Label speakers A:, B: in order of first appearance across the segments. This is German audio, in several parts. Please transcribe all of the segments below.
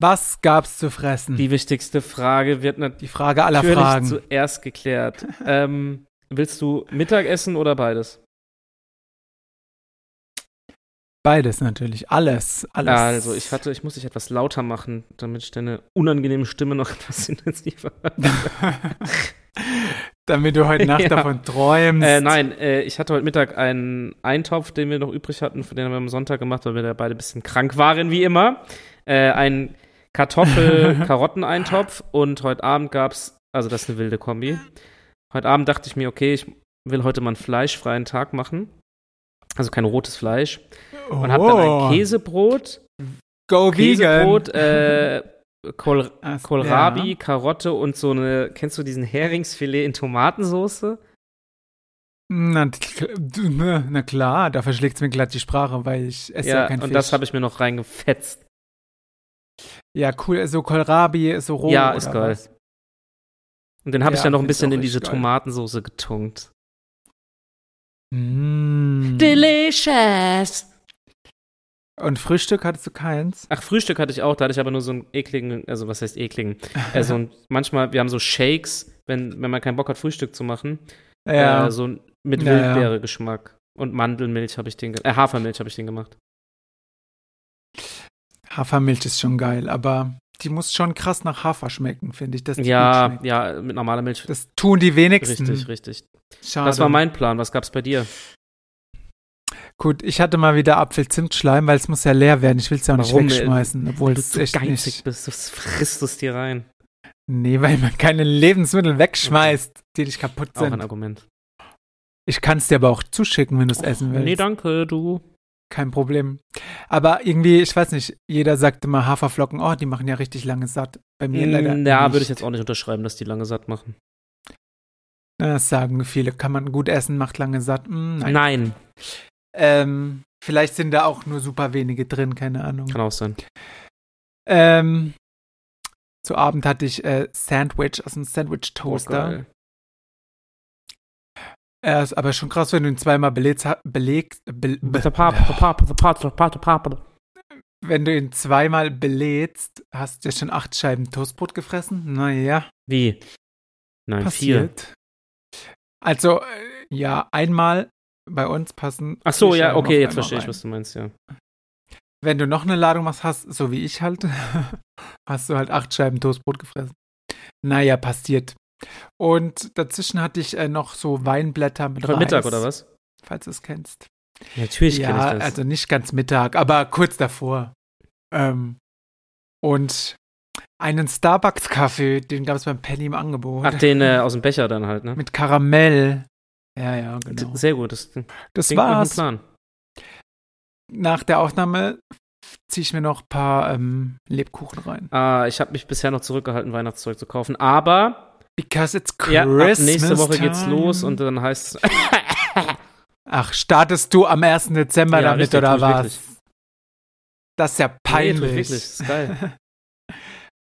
A: Was gab's zu fressen?
B: Die wichtigste Frage wird nat
A: Die Frage Hm. aller
B: natürlich
A: Fragen. Äh,
B: zuerst geklärt. ähm, willst du Mittagessen oder beides?
A: Beides natürlich. Alles. Alles.
B: Also, ich hatte, ich muss dich etwas lauter machen, damit ich deine unangenehme Stimme noch etwas intensiver.
A: Damit du heute Nacht
B: Ja.
A: davon träumst.
B: äh, nein, äh, ich hatte heute Mittag einen Eintopf, den wir noch übrig hatten, von dem haben wir am Sonntag gemacht, weil wir da beide ein bisschen krank waren, wie immer. Äh, ein Kartoffel-Karotten-Eintopf und heute Abend gab's, also das ist eine wilde Kombi. Heute Abend dachte ich mir, okay, ich will heute mal einen fleischfreien Tag machen. Also kein rotes Fleisch. Und hab dann ein Käsebrot,
A: Oh, Go vegan.
B: Käsebrot, äh, Kohl,
A: Ach,
B: Kohlrabi,
A: Ja.
B: Karotte und so eine, kennst du diesen Heringsfilet in Tomatensoße?
A: Na, t- na na klar, da verschlägt's mir glatt die Sprache, weil ich esse ja,
B: Ja,
A: kein
B: und
A: Fisch.
B: das habe ich mir noch reingefetzt.
A: ja, cool. So Kohlrabi, so roh.
B: Ja, ist
A: oder
B: geil.
A: was?
B: Und den habe ich
A: Ja,
B: dann noch ein
A: find's
B: bisschen
A: auch
B: in diese
A: richtig geil.
B: Tomatensoße getunkt.
A: Mm.
B: Delicious!
A: Und Frühstück hattest du keins?
B: Ach, Frühstück hatte ich auch, da hatte ich aber nur so einen ekligen, also was heißt ekligen? Also ein- manchmal, wir haben so Shakes, wenn, wenn man keinen Bock hat, Frühstück zu machen.
A: ja.
B: Äh, so ein- mit
A: Ja, ja.
B: Wildbeere-Geschmack. Und Mandelmilch habe ich den, ge- äh, Hafermilch habe ich den gemacht.
A: Hafermilch ist schon geil, aber die muss schon krass nach Hafer schmecken, finde ich. Dass die gut
B: Ja,
A: schmeckt.
B: ja, mit normaler Milch.
A: Das Ah, tun die wenigsten.
B: Richtig, richtig.
A: Schade.
B: Das war mein Plan. Was gab's bei dir?
A: Gut, ich hatte mal wieder Apfelzimtschleim, weil es muss ja leer werden. Ich will es ja auch nicht
B: Warum?
A: wegschmeißen, obwohl
B: du
A: es
B: zu
A: echt
B: geizig
A: nicht.
B: bist, das frisst es dir rein.
A: Nee, weil man keine Lebensmittel wegschmeißt, die dich kaputt
B: Auch ein
A: sind.
B: Argument.
A: Ich kann es dir aber auch zuschicken, wenn du es essen willst.
B: Nee, danke, du.
A: Kein Problem. Aber irgendwie, ich weiß nicht, jeder sagt immer Haferflocken, oh, die machen ja richtig lange satt. Bei mir leider.
B: Mm, Ja, würde ich
A: nicht.
B: jetzt auch nicht unterschreiben, dass die lange satt machen.
A: Das sagen viele. Kann man gut essen, macht lange satt. Mm, nein.
B: Nein,
A: Ähm, vielleicht sind da auch nur super wenige drin, keine Ahnung.
B: kann auch sein.
A: Ähm, zu Abend hatte ich äh, Sandwich aus dem Sandwich-Toaster.
B: Oh, geil.
A: Äh, ist aber schon krass, wenn du ihn zweimal belegt, ha- belegt, be, be, wenn du ihn zweimal belädst, hast du ja schon acht Scheiben Toastbrot gefressen? Naja,
B: Wie? Nein, vier.
A: passiert. Also, äh, ja, einmal bei uns passen.
B: Ach so,
A: vier
B: ja,
A: Scheiben auf
B: okay, jetzt
A: einmal
B: verstehe ich,
A: rein.
B: was du meinst, ja.
A: Wenn du noch eine Ladung machst, hast, so wie ich halt, hast du halt acht Scheiben Toastbrot gefressen. Naja, passiert. Und dazwischen hatte ich äh, noch so Weinblätter mit
B: Heute
A: Reis,
B: Mittag oder was?
A: Falls du es kennst.
B: Natürlich
A: ja,
B: kenne ich das.
A: also nicht ganz Mittag, aber kurz davor. Ähm, und einen Starbucks-Kaffee, den gab es beim Penny im Angebot.
B: Ach, den äh, aus dem Becher dann halt, ne?
A: mit Karamell. Ja, ja, genau.
B: Sehr gut, das klingt
A: Das
B: nach einem
A: war's.
B: Plan.
A: Nach der Aufnahme ziehe ich mir noch ein paar ähm, Lebkuchen rein.
B: Ah, ich habe mich bisher noch zurückgehalten, Weihnachtszeug zu kaufen, aber
A: Because it's
B: ja, ab
A: Christmas.
B: nächste Woche geht's
A: time.
B: los und dann heißt es
A: Ach, startest du am 1. Dezember
B: Ja,
A: damit
B: richtig,
A: oder
B: tu ich
A: was?
B: wirklich.
A: Das ist ja
B: Nee,
A: peinlich.
B: wirklich, ist geil.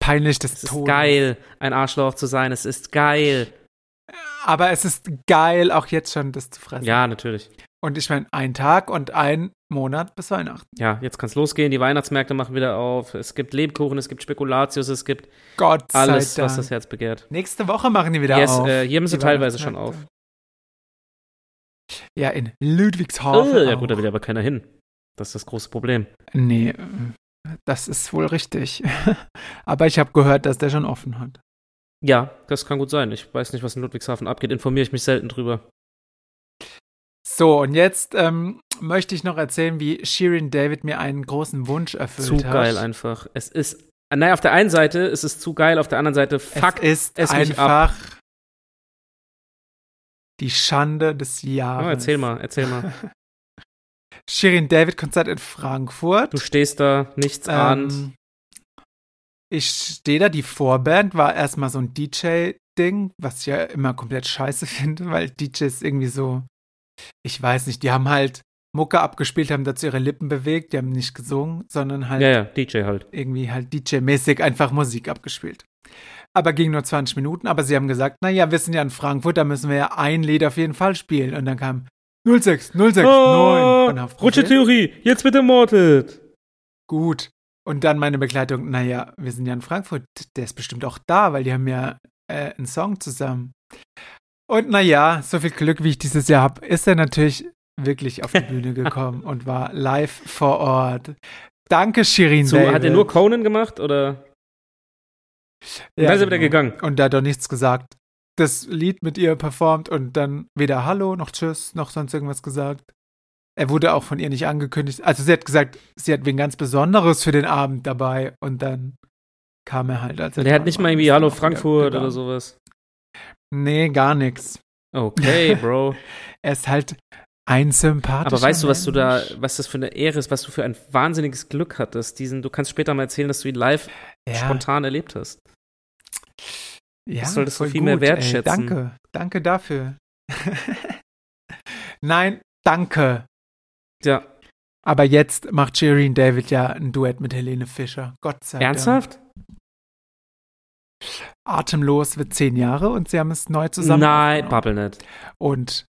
A: Peinlich des
B: Es ist
A: Todes.
B: geil, ein Arschloch zu sein, es ist geil.
A: Aber es ist geil, auch jetzt schon das zu fressen.
B: Ja, natürlich.
A: Und ich meine, ein Tag und ein Monat bis Weihnachten.
B: Ja, jetzt kann's losgehen. Die Weihnachtsmärkte machen wieder auf. Es gibt Lebkuchen, es gibt Spekulatius, es gibt
A: Gott
B: alles,
A: sei Dank.
B: was das Herz begehrt.
A: Nächste Woche machen die wieder
B: yes,
A: auf.
B: äh, hier haben sie
A: die
B: teilweise schon auf.
A: Weihnachtsmärkte. ja, in Ludwigshafen.
B: Oh, ja gut, da
A: auch.
B: will aber keiner hin. Das ist das große Problem.
A: Nee, äh, das ist wohl richtig. Aber ich habe gehört, dass der schon offen hat.
B: Ja, das kann gut sein. Ich weiß nicht, was in Ludwigshafen abgeht. Informiere ich mich selten drüber.
A: So, und jetzt ähm, möchte ich noch erzählen, wie Shirin David mir einen großen Wunsch erfüllt
B: Zu
A: hat.
B: geil einfach. Es ist, naja, auf der einen Seite ist es zu geil, auf der anderen Seite, fuck,
A: es ist
B: es mich
A: einfach die Schande des
B: Oh,
A: Jahres.
B: erzähl mal, erzähl mal.
A: Shirin David Konzert in Frankfurt.
B: Du stehst da, nichts ahnt.
A: Ähm, ich stehe da, die Vorband war erstmal so ein DJ-Ding, was ich ja immer komplett scheiße finde, weil DJs irgendwie so, ich weiß nicht, die haben halt Mucke abgespielt, haben dazu ihre Lippen bewegt, die haben nicht gesungen, sondern halt
B: Ja, ja, DJ halt.
A: irgendwie halt DJ-mäßig einfach Musik abgespielt. Aber ging nur 20 Minuten, aber sie haben gesagt, naja, wir sind ja in Frankfurt, da müssen wir ja ein Lied auf jeden Fall spielen. Und dann kam 06, 06, 9
B: Oh, Ah,
A: von Haftbefehl.
B: Rutsche Theorie, jetzt wird ermordet.
A: Gut. Und dann meine Begleitung, naja, wir sind ja in Frankfurt, der ist bestimmt auch da, weil die haben ja äh, einen Song zusammen. Und naja, so viel Glück, wie ich dieses Jahr habe, ist er natürlich wirklich auf die Bühne gekommen und war live vor Ort. Danke, Shirin.
B: So,
A: David.
B: hat er nur Conan gemacht oder? Und dann ist er wieder gegangen.
A: genau. Und da hat doch nichts gesagt. Das Lied mit ihr performt und dann weder Hallo noch Tschüss noch sonst irgendwas gesagt. Er wurde auch von ihr nicht angekündigt. Also sie hat gesagt, sie hat wen ganz Besonderes für den Abend dabei und dann kam er halt. Als
B: Der hat nicht mal irgendwie Hallo Frankfurt oder
A: so.
B: sowas.
A: Nee, gar nichts.
B: Okay, Bro.
A: Er ist halt ein sympathischer
B: Aber weißt du, was du da,
A: Mensch.
B: was das für eine Ehre ist, was du für ein wahnsinniges Glück hattest, diesen, du kannst später mal erzählen, dass du ihn live
A: ja,
B: spontan erlebt hast.
A: ja,
B: das solltest du
A: voll
B: viel mehr
A: gut, ey.
B: wertschätzen.
A: Danke, danke dafür. Nein, danke.
B: Ja,
A: Aber jetzt macht Shirin David ja ein Duett mit Helene Fischer. Gott sei Dank.
B: ernsthaft?
A: Atemlos wird zehn Jahre und sie haben es neu zusammen.
B: Nein,
A: aufgenommen.
B: babbel nicht.
A: Und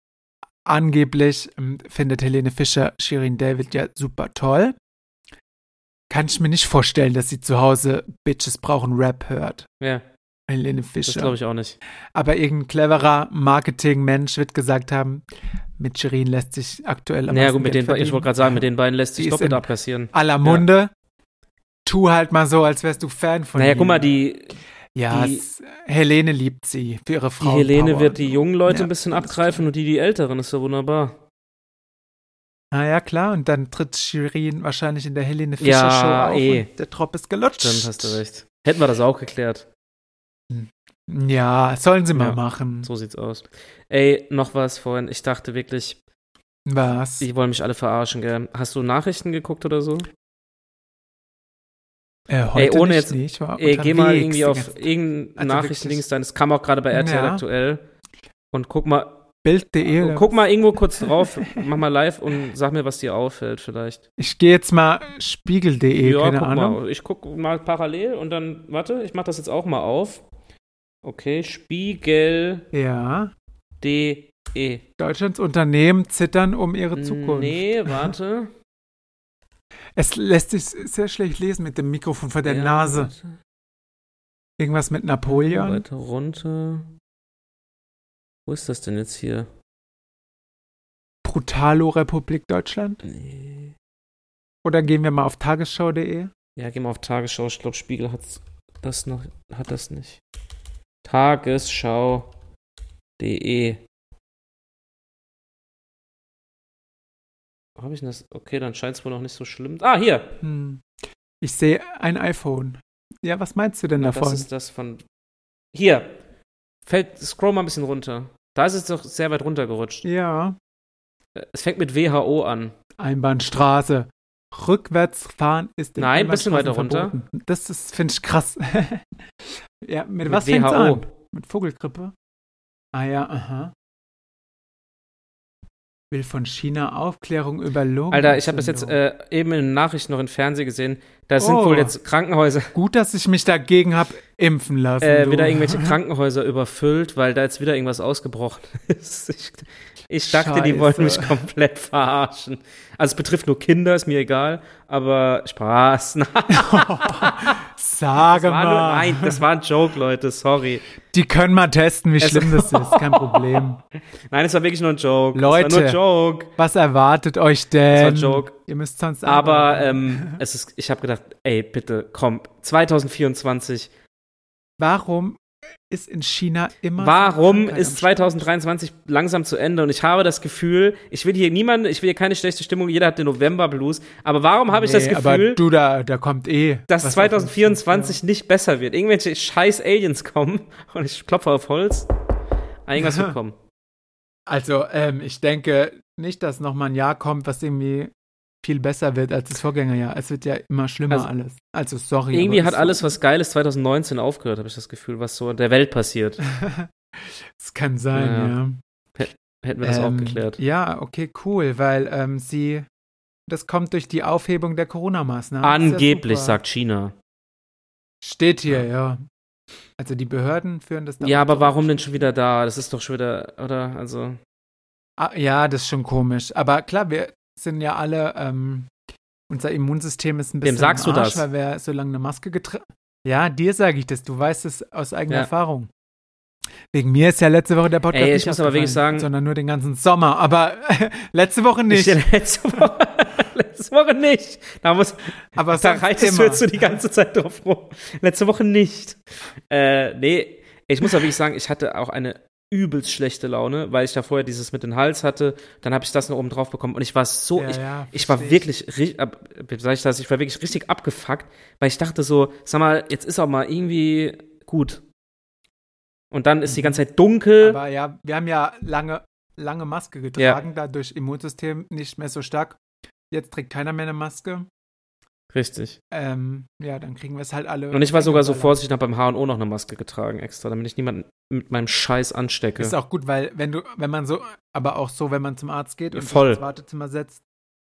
A: angeblich ähm, findet Helene Fischer Shirin David ja super toll. Kann ich mir nicht vorstellen, dass sie zu Hause Bitches brauchen Rap hört.
B: Ja,
A: Helene
B: das
A: Fischer.
B: glaube ich auch nicht.
A: Aber irgendein cleverer Marketingmensch wird gesagt haben, mit Shirin lässt sich aktuell am
B: Naja,
A: meisten
B: gut, mit
A: Geld
B: den, beiden- ich
A: verdienen.
B: wollte gerade sagen, mit den beiden lässt
A: Die
B: sich
A: ist
B: doppelt
A: in-
B: abkassieren.
A: aller Munde. Tu halt mal so, als wärst du Fan von
B: Naja,
A: ihm.
B: guck mal, die,
A: Ja,
B: die-
A: es, Helene liebt sie für ihre
B: die
A: Frau.
B: Helene wird die jungen Leute
A: Ja,
B: ein bisschen
A: das stimmt.
B: abgreifen und die, die Älteren, ist ja wunderbar.
A: Ah ja, klar. Und dann tritt Shirin wahrscheinlich in der Helene Fischer
B: Ja,
A: Show auf
B: eh.
A: und der Tropf ist gelutscht.
B: Stimmt, hast du recht. Hätten wir das auch geklärt.
A: Ja, sollen sie mal
B: Ja.
A: machen.
B: So sieht's aus. Ey, noch was vorhin. Ich dachte wirklich,
A: Was?
B: die wollen mich alle verarschen, gell? Hast du Nachrichten geguckt oder so?
A: äh, heute
B: ohne
A: nicht,
B: jetzt-
A: nee, ich war
B: Ey, geh mal
A: unterwegs
B: irgendwie
A: den
B: auf
A: ganzen-
B: irgendeinen
A: Also
B: Nachrichtenlinks dein. Es kam auch gerade bei RTL
A: Ja.
B: aktuell. Und guck mal,
A: Bild.de. oder
B: Oh, guck
A: was?
B: mal irgendwo kurz drauf, mach mal live und sag mir, was dir auffällt vielleicht.
A: Ich gehe jetzt mal Spiegel.de,
B: ja,
A: keine
B: guck
A: Ahnung.
B: mal. Ich guck mal parallel und dann, warte, ich mach das jetzt auch mal auf. Okay, spiegel.de.
A: Ja.
B: E.
A: Deutschlands Unternehmen zittern um ihre Zukunft.
B: Nee, warte.
A: Es lässt sich sehr schlecht lesen mit dem Mikrofon vor der
B: Ja,
A: Nase.
B: warte.
A: Irgendwas mit Napoleon.
B: Weiter runter. Wo ist das denn jetzt hier?
A: Brutalo Republik Deutschland.
B: Nee.
A: Oder gehen wir mal auf tagesschau.de.
B: Ja, geh mal auf Tagesschau. Ich glaube, Spiegel hat das noch, hat das nicht. Tagesschau.de Wo Habe ich denn das? Okay, dann scheint es wohl noch nicht so schlimm. Ah, hier!
A: Hm. Ich sehe ein iPhone. Ja, was meinst du denn
B: Das
A: davon?
B: ist das von. Hier! Fällt, scroll mal ein bisschen runter. Da ist es doch sehr weit runtergerutscht.
A: Ja,
B: Äh, Es fängt mit WHO an.
A: Einbahnstraße. Rückwärts fahren ist in
B: Nein, bisschen weiter runter.
A: Einbahnstraßen verboten. Das ist finde ich krass. ja, mit, was fängt's
B: WHO.
A: an? Mit Vogelgrippe? Ah ja, aha. Will von China Aufklärung über Lungen.
B: Alter, ich habe das jetzt äh, eben in den Nachrichten noch im Fernsehen gesehen. Da sind
A: Oh.
B: wohl jetzt Krankenhäuser,
A: Gut, dass ich mich dagegen habe impfen lassen.
B: äh,
A: du.
B: wieder irgendwelche Krankenhäuser überfüllt, weil da jetzt wieder irgendwas ausgebrochen ist. Ich, ich dachte, die wollen mich
A: Scheiße.
B: komplett verarschen. Also es betrifft nur Kinder, ist mir egal, aber Spaß. Nein, das
A: Sage
B: war, nur,
A: mal.
B: nein das war ein Joke, Leute, sorry.
A: Die können mal testen, wie
B: Also
A: schlimm das ist. Kein Problem.
B: Nein, es war wirklich nur ein Joke. Es war nur
A: Leute.
B: ein Joke.
A: Was erwartet euch denn?
B: Das war ein Joke.
A: Ihr müsst sonst
B: Aber
A: arbeiten.
B: ähm, es ist, ich habe gedacht, ey, bitte, komm, 2024,
A: warum ist in China immer. so eine
B: Warum
A: Krankheit
B: ist
A: am Start?
B: 2023 langsam zu Ende? Und ich habe das Gefühl, ich will hier niemanden, ich will hier keine schlechte Stimmung, jeder hat den November Blues, aber warum habe ich das
A: Nee, Aber
B: Gefühl,
A: du, da, da kommt eh.
B: dass
A: was
B: 2024 nicht besser wird? Irgendwelche scheiß Aliens kommen und ich klopfe auf Holz, Ah, irgendwas wird kommen.
A: auf uns- Also, ähm, ich denke nicht, dass nochmal ein Jahr kommt, was irgendwie viel besser wird als das Vorgängerjahr. Es wird ja immer schlimmer
B: Also-
A: alles. Also, sorry.
B: Irgendwie
A: aber
B: hat
A: ist
B: alles
A: so.
B: was Geiles 2019 aufgehört, habe ich das Gefühl, was so in der Welt passiert.
A: Es kann sein,
B: Ja.
A: ja.
B: Hätten wir das
A: Ähm,
B: auch geklärt.
A: Ja, okay, cool, weil ähm, sie, das kommt durch die Aufhebung der Corona-Maßnahmen. Das ist ja
B: Angeblich,
A: super.
B: sagt China.
A: Steht hier, ja. Also die Behörden führen das
B: Ja, aber warum denn schon wieder da? Das ist doch schon wieder, oder? Also,
A: Ah, ja, das ist schon komisch. Aber klar, wir sind ja alle ähm, Unser Immunsystem ist ein
B: Wem
A: bisschen
B: sagst du
A: im Arsch,
B: das?
A: weil wir so lange eine Maske getragen Ja, dir sage ich das. Du weißt es aus eigener
B: Ja.
A: Erfahrung. Wegen mir ist ja letzte Woche der Podcast
B: Ey, ich
A: nicht
B: muss aber wirklich
A: ausgefallen,
B: sagen-
A: sondern nur den ganzen Sommer. Aber letzte Woche nicht.
B: Ich, letzte, Woche, letzte Woche nicht. Da, muss,
A: aber
B: da
A: sonst
B: reitest du
A: immer.
B: jetzt so die ganze Zeit drauf rum. Letzte Woche nicht. Äh, nee, ich muss aber wirklich sagen, ich hatte auch eine übelst schlechte Laune, weil ich da vorher dieses mit den Hals hatte. Dann habe ich das noch oben drauf bekommen und ich war so,
A: Ja,
B: ich,
A: ja,
B: ich war
A: verstehe ich.
B: wirklich, ri- ab- wie sag ich das, ich war wirklich richtig abgefuckt, weil ich dachte so, sag mal, jetzt ist auch mal irgendwie gut. Und dann ist die ganze Zeit dunkel.
A: Aber ja, wir haben ja lange, lange Maske getragen, dadurch Immunsystem nicht mehr so stark. Jetzt trägt keiner mehr eine Maske.
B: Richtig.
A: Ähm, ja, dann kriegen wir es halt alle.
B: Und ich war sogar so
A: Alle.
B: vorsichtig und habe beim H&O noch eine Maske getragen extra, damit ich niemanden mit meinem Scheiß anstecke.
A: Ist auch gut, weil wenn du, wenn man so, aber auch so, wenn man zum Arzt geht und sich
B: Voll.
A: ins Wartezimmer setzt,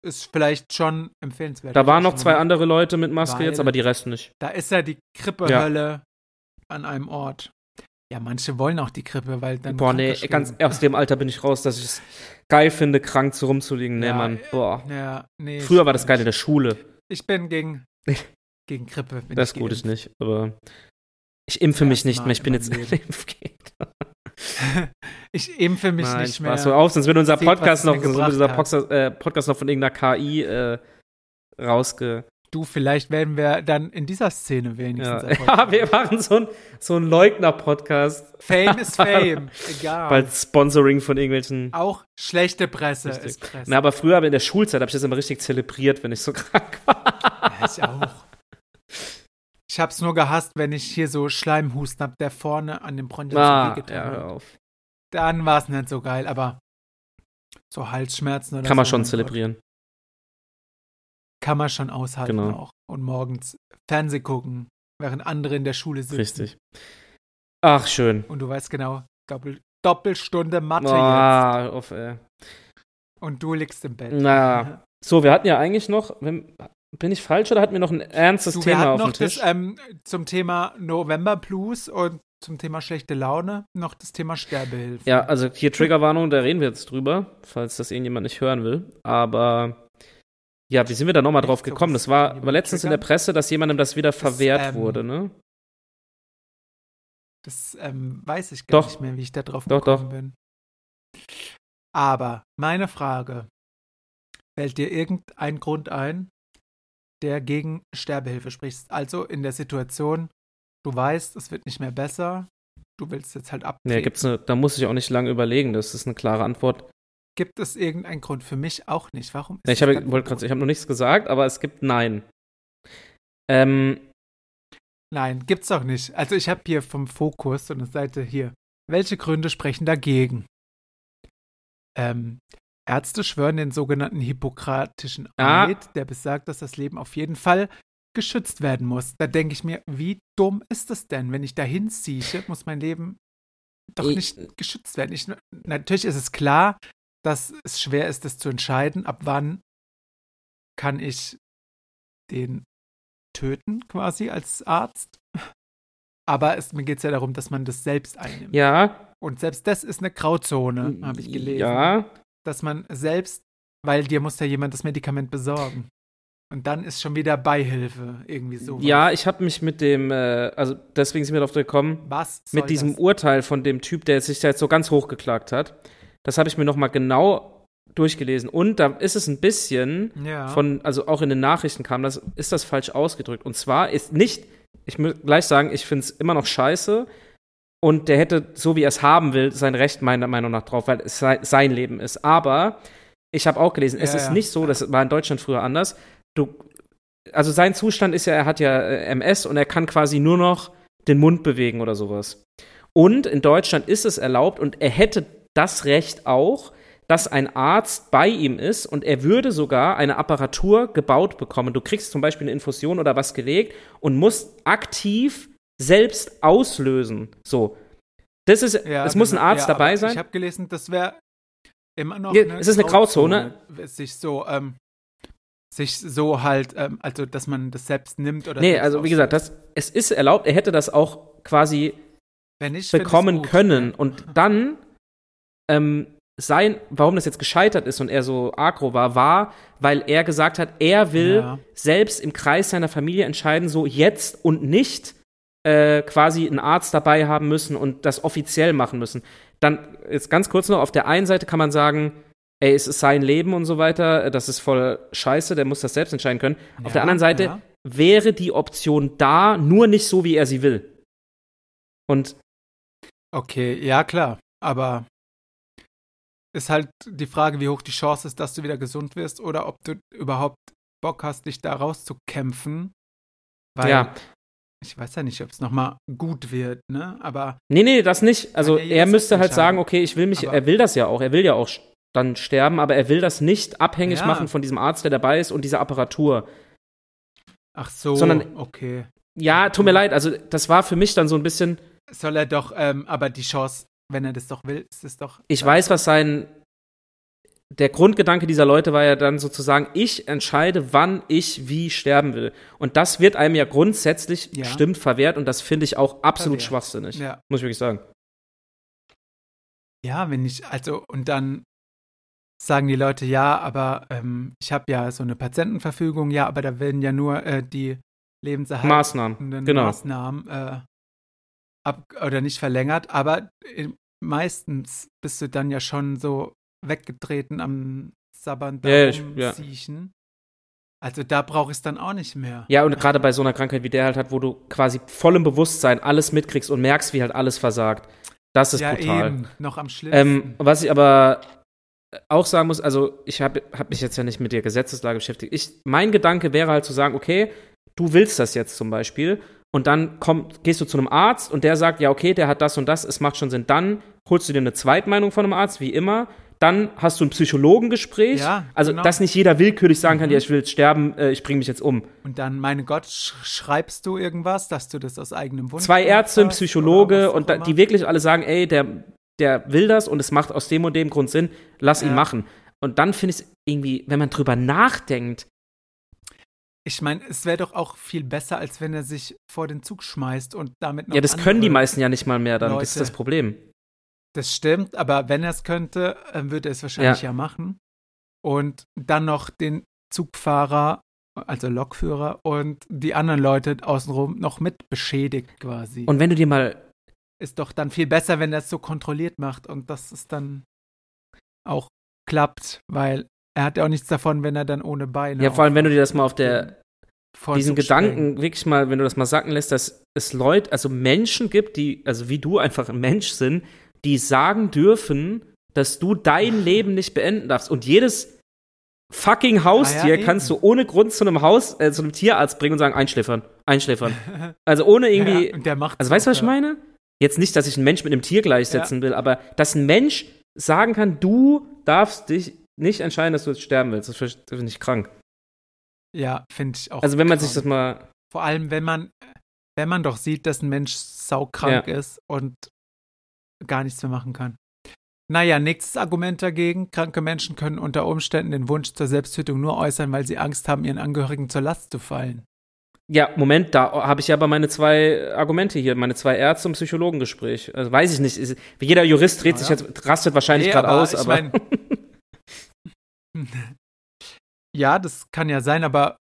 A: ist vielleicht schon empfehlenswert.
B: Da
A: Hab
B: waren
A: ich
B: noch
A: schon
B: zwei
A: gemacht.
B: andere Leute mit Maske
A: Weil-
B: jetzt, aber die Rest nicht.
A: Da ist ja die Grippehölle an einem Ort. Ja, manche wollen auch die Grippe, weil dann.
B: Boah, nee,
A: krank
B: ganz
A: geschrieben.
B: aus dem Alter bin ich raus, dass ich es geil finde, krank so rumzuliegen. Nee,
A: Ja,
B: Mann. Boah.
A: Ja, nee.
B: Früher war das geil in der Schule.
A: Ich bin gegen, gegen Grippe. bin
B: Das
A: ich
B: gut
A: geimpft.
B: ist nicht, aber ich impfe
A: Das
B: mich nicht
A: Mal
B: mehr. Ich bin
A: in
B: jetzt
A: meinem
B: ein Impfgegner.
A: Ich impfe mich
B: Nein,
A: nicht
B: Spaß.
A: mehr.
B: So auf, sonst wird unser
A: Seht, was
B: Podcast
A: es
B: noch,
A: mir
B: sonst wird
A: gebracht
B: unser
A: hat.
B: Podcast, äh, Podcast noch von irgendeiner KI äh, rausge.
A: Du, vielleicht werden wir dann in dieser Szene wenigstens.
B: Ja.
A: erfolgreich.
B: ja, wir machen so ein, so ein Leugner-Podcast.
A: Fame ist Fame. Egal.
B: Bald Sponsoring von irgendwelchen.
A: Auch schlechte Presse
B: Richtig.
A: ist Presse.
B: Na, aber früher aber in der Schulzeit habe ich das immer richtig zelebriert, wenn ich so krank war.
A: Ja, ich auch. Ich hab's nur gehasst, wenn ich hier so Schleimhusten hab, der vorne an dem Bronchien so wehgetan
B: Ah, ja,
A: hat.
B: hör auf.
A: Dann war's nicht so geil, aber so Halsschmerzen oder so.
B: Kann man schon
A: mein Gott,
B: zelebrieren.
A: Kann man schon aushalten
B: Genau.
A: auch. Und morgens Fernseh gucken, während andere in der Schule sitzen.
B: Richtig. Ach, schön.
A: Und du weißt genau, Doppel, Doppelstunde Mathe jetzt.
B: Ah, auf, ey.
A: Und du liegst im Bett.
B: Na. So, wir hatten ja eigentlich noch. Wenn, bin ich falsch oder hatten wir noch ein ernstes
A: Du, wir
B: Thema
A: hatten
B: auf
A: noch
B: dem Tisch?
A: das ähm, zum Thema November Blues und zum Thema schlechte Laune noch das Thema Sterbehilfe.
B: ja, also hier Triggerwarnung, da reden wir jetzt drüber, falls das irgendjemand nicht hören will. Aber ja, wie sind wir da nochmal drauf
A: Echt, so
B: gekommen?
A: was
B: Das war,
A: jemand
B: war letztens in der
A: triggern?
B: Presse, dass jemandem das wieder verwehrt
A: ähm,
B: wurde, ne?
A: Das ähm, weiß ich gar
B: Doch.
A: nicht mehr, wie ich da drauf
B: Doch,
A: gekommen bin. Aber meine Frage: Fällt dir irgendein Grund ein, der gegen Sterbehilfe spricht? Also in der Situation, du weißt, es wird nicht mehr besser, du willst jetzt halt abtreten.
B: Nee, gibt's ne, da muss ich auch nicht lange überlegen, das ist eine klare Antwort.
A: Gibt es irgendeinen Grund? Für mich auch nicht. Warum ist
B: Nee, ich
A: das
B: habe
A: dann-
B: wollte gerade ich habe noch nichts gesagt, aber es gibt nein. Ähm,
A: Nein, gibt's auch nicht. Also ich habe hier vom Fokus so eine Seite hier. Welche Gründe sprechen dagegen? Ähm, Ärzte schwören den sogenannten hippokratischen
B: Ah.
A: Eid, der besagt, dass das Leben auf jeden Fall geschützt werden muss. Da denke ich mir, wie dumm ist das denn? Wenn ich dahin sieche, muss mein Leben doch
B: Ich-
A: nicht geschützt werden. Ich, natürlich ist es klar, dass es schwer ist, das zu entscheiden, ab wann kann ich den töten quasi als Arzt. Aber es, mir geht es ja darum, dass man das selbst einnimmt.
B: ja,
A: Und selbst das ist eine Grauzone, habe ich gelesen.
B: Ja,
A: Dass man selbst, weil dir muss ja jemand das Medikament besorgen. Und dann ist schon wieder Beihilfe irgendwie so.
B: ja, ich habe mich mit dem äh, also deswegen sind wir darauf gekommen,
A: Was soll
B: mit diesem
A: das?
B: Urteil von dem Typ, der sich da jetzt so ganz hochgeklagt hat. Das habe ich mir noch mal genau durchgelesen und da ist es ein bisschen
A: ja.
B: von, also auch in den Nachrichten kam das, ist das falsch ausgedrückt. Und zwar ist nicht, ich muss gleich sagen, ich finde es immer noch scheiße. Und der hätte, so wie er es haben will, sein Recht meiner Meinung nach drauf, weil es sei, sein Leben ist. Aber ich habe auch gelesen, es
A: Ja,
B: ist
A: ja.
B: nicht so, das war in Deutschland früher anders. Du, also sein Zustand ist ja, er hat ja äh, MS und er kann quasi nur noch den Mund bewegen oder sowas. Und in Deutschland ist es erlaubt und er hätte das Recht auch, dass ein Arzt bei ihm ist und er würde sogar eine Apparatur gebaut bekommen. Du kriegst zum Beispiel eine Infusion oder was gelegt und musst aktiv selbst auslösen. So. Das ist,
A: Ja,
B: es muss ein
A: genau.
B: Arzt
A: Ja, aber
B: dabei
A: Ich
B: sein.
A: habe gelesen, das wäre immer noch. ne
B: Ja, es ist eine
A: Grauzone, Sich so, ähm, sich so halt, ähm, also dass man das selbst nimmt oder.
B: Nee,
A: selbst
B: also wie
A: auslöst.
B: gesagt, das, es ist erlaubt. Er hätte das auch quasi
A: Wenn nicht, find ich's
B: bekommen
A: gut.
B: können. Und dann ähm, sein, warum das jetzt gescheitert ist und er so agro war, war, weil er gesagt hat, er will
A: Ja.
B: selbst im Kreis seiner Familie entscheiden, so jetzt und nicht äh, quasi einen Arzt dabei haben müssen und das offiziell machen müssen. Dann jetzt ganz kurz noch, auf der einen Seite kann man sagen, ey, es ist sein Leben und so weiter, äh, das ist voll scheiße, der muss das selbst entscheiden können. auf
A: Ja,
B: der anderen Seite
A: ja.
B: wäre die Option da, nur nicht so, wie er sie will. Und
A: Okay, ja klar, aber ist halt die Frage, wie hoch die Chance ist, dass du wieder gesund wirst oder ob du überhaupt Bock hast, dich da rauszukämpfen. Weil
B: ja,
A: ich weiß ja nicht, ob es nochmal gut wird, ne? Aber
B: Nee, nee, das nicht. Also
A: Kann ja jeder
B: er müsste
A: selbst
B: halt sagen,
A: entscheiden.
B: okay, ich will mich,
A: Aber-
B: er will das ja auch, er will ja auch sch- dann sterben, aber er will das nicht abhängig
A: Ja.
B: machen von diesem Arzt, der dabei ist und dieser Apparatur.
A: ach so,
B: Sondern-
A: okay.
B: Ja, tut mir leid, also das war für mich dann so ein bisschen,
A: Soll er doch, ähm, aber die Chance, wenn er das doch will, ist es doch.
B: ich weiß, was sein der Grundgedanke dieser Leute war ja dann sozusagen, ich entscheide, wann ich wie sterben will. Und das wird einem ja grundsätzlich
A: Ja.
B: stimmt verwehrt und das finde ich auch absolut
A: Verwehrt.
B: schwachsinnig.
A: Ja.
B: Muss ich wirklich sagen.
A: Ja, wenn ich, also, und dann sagen die Leute, ja, aber ähm, ich habe ja so eine Patientenverfügung, ja, aber da werden ja nur äh, die Lebenserhaltung.
B: Maßnahmen. Genau.
A: Maßnahmen äh, ab oder nicht verlängert, aber in, meistens bist du dann ja schon so weggetreten am Sabbern da
B: Ja, ich- ja.
A: rumsiechen. Also da brauche ich es dann auch nicht mehr.
B: Ja, und gerade bei so einer Krankheit wie der halt hat, wo du quasi vollem Bewusstsein alles mitkriegst und merkst, wie halt alles versagt. Das ist
A: Ja,
B: brutal.
A: eben, noch am schlimmsten.
B: Ähm, was ich aber auch sagen muss, also ich habe hab mich jetzt ja nicht mit der Gesetzeslage beschäftigt. Ich, mein Gedanke wäre halt zu sagen, okay, du willst das jetzt zum Beispiel und dann kommt, gehst du zu einem Arzt und der sagt, ja, okay, der hat das und das, es macht schon Sinn. Dann holst du dir eine Zweitmeinung von einem Arzt, wie immer. Dann hast du ein Psychologengespräch.
A: Ja,
B: also,
A: genau. Mhm.
B: dass nicht jeder willkürlich sagen kann, ja, ich will jetzt sterben, äh, ich bringe mich jetzt um.
A: Und dann, mein Gott, sch schreibst du irgendwas, dass du das aus eigenem Wunsch
B: zwei Ärzte, ein
A: machst oder
B: Psychologe
A: was
B: und
A: auch
B: da, die
A: immer?
B: wirklich alle sagen, ey, der, der will das und es macht aus dem und dem Grund Sinn, lass ihn
A: Ja.
B: machen. Und dann finde ich es irgendwie, wenn man drüber nachdenkt,
A: Ich meine, es wäre doch auch viel besser, als wenn er sich vor den Zug schmeißt und damit noch
B: ja, das können die
A: andere-
B: meisten ja nicht mal mehr dann, das ist
A: Leute.
B: das Problem.
A: Das stimmt, aber wenn er es könnte, äh, würde er es wahrscheinlich ja.
B: Ja.
A: machen. Und dann noch den Zugfahrer, also Lokführer und die anderen Leute außenrum noch mit beschädigt quasi.
B: Und wenn du dir mal,
A: ist doch dann viel besser, wenn er es so kontrolliert macht und dass es dann auch klappt, weil er hat ja auch nichts davon, wenn er dann ohne Beine.
B: ja, vor allem wenn du dir das mal auf der,
A: auf- vor
B: diesen
A: Zug springt.
B: Gedanken wirklich mal, wenn du das mal sacken lässt, dass es Leute, also Menschen gibt, die, also wie du einfach ein Mensch sind, die sagen dürfen, dass du dein Leben nicht beenden darfst. Und jedes fucking Haustier
A: Ah ja, eben.
B: kannst du ohne Grund zu einem Haus, äh, zu einem Tierarzt bringen und sagen, einschläfern, einschläfern. Also ohne irgendwie,
A: Ja, und der macht
B: also weißt du, was ich meine? Jetzt nicht, dass ich einen Mensch mit einem Tier gleichsetzen will, aber dass ein Mensch sagen kann, du darfst dich nicht entscheiden, dass du jetzt sterben willst. Das finde ich krank.
A: Ja, finde ich auch.
B: Also wenn man sich
A: krank.
B: das mal
A: Vor allem, wenn man, wenn man doch sieht, dass ein Mensch saukrank ist und gar nichts mehr machen kann. Naja, nächstes Argument dagegen. Kranke Menschen können unter Umständen den Wunsch zur Selbsttötung nur äußern, weil sie Angst haben, ihren Angehörigen zur Last zu fallen.
B: Ja, Moment, da habe ich ja aber meine zwei Argumente hier, meine zwei Ärzte im Psychologengespräch. Also weiß ich nicht. Ist, jeder Jurist
A: Ja.
B: dreht sich jetzt, rastet wahrscheinlich
A: Nee,
B: gerade aus,
A: ich
B: aber.
A: mein- ja, das kann ja sein, aber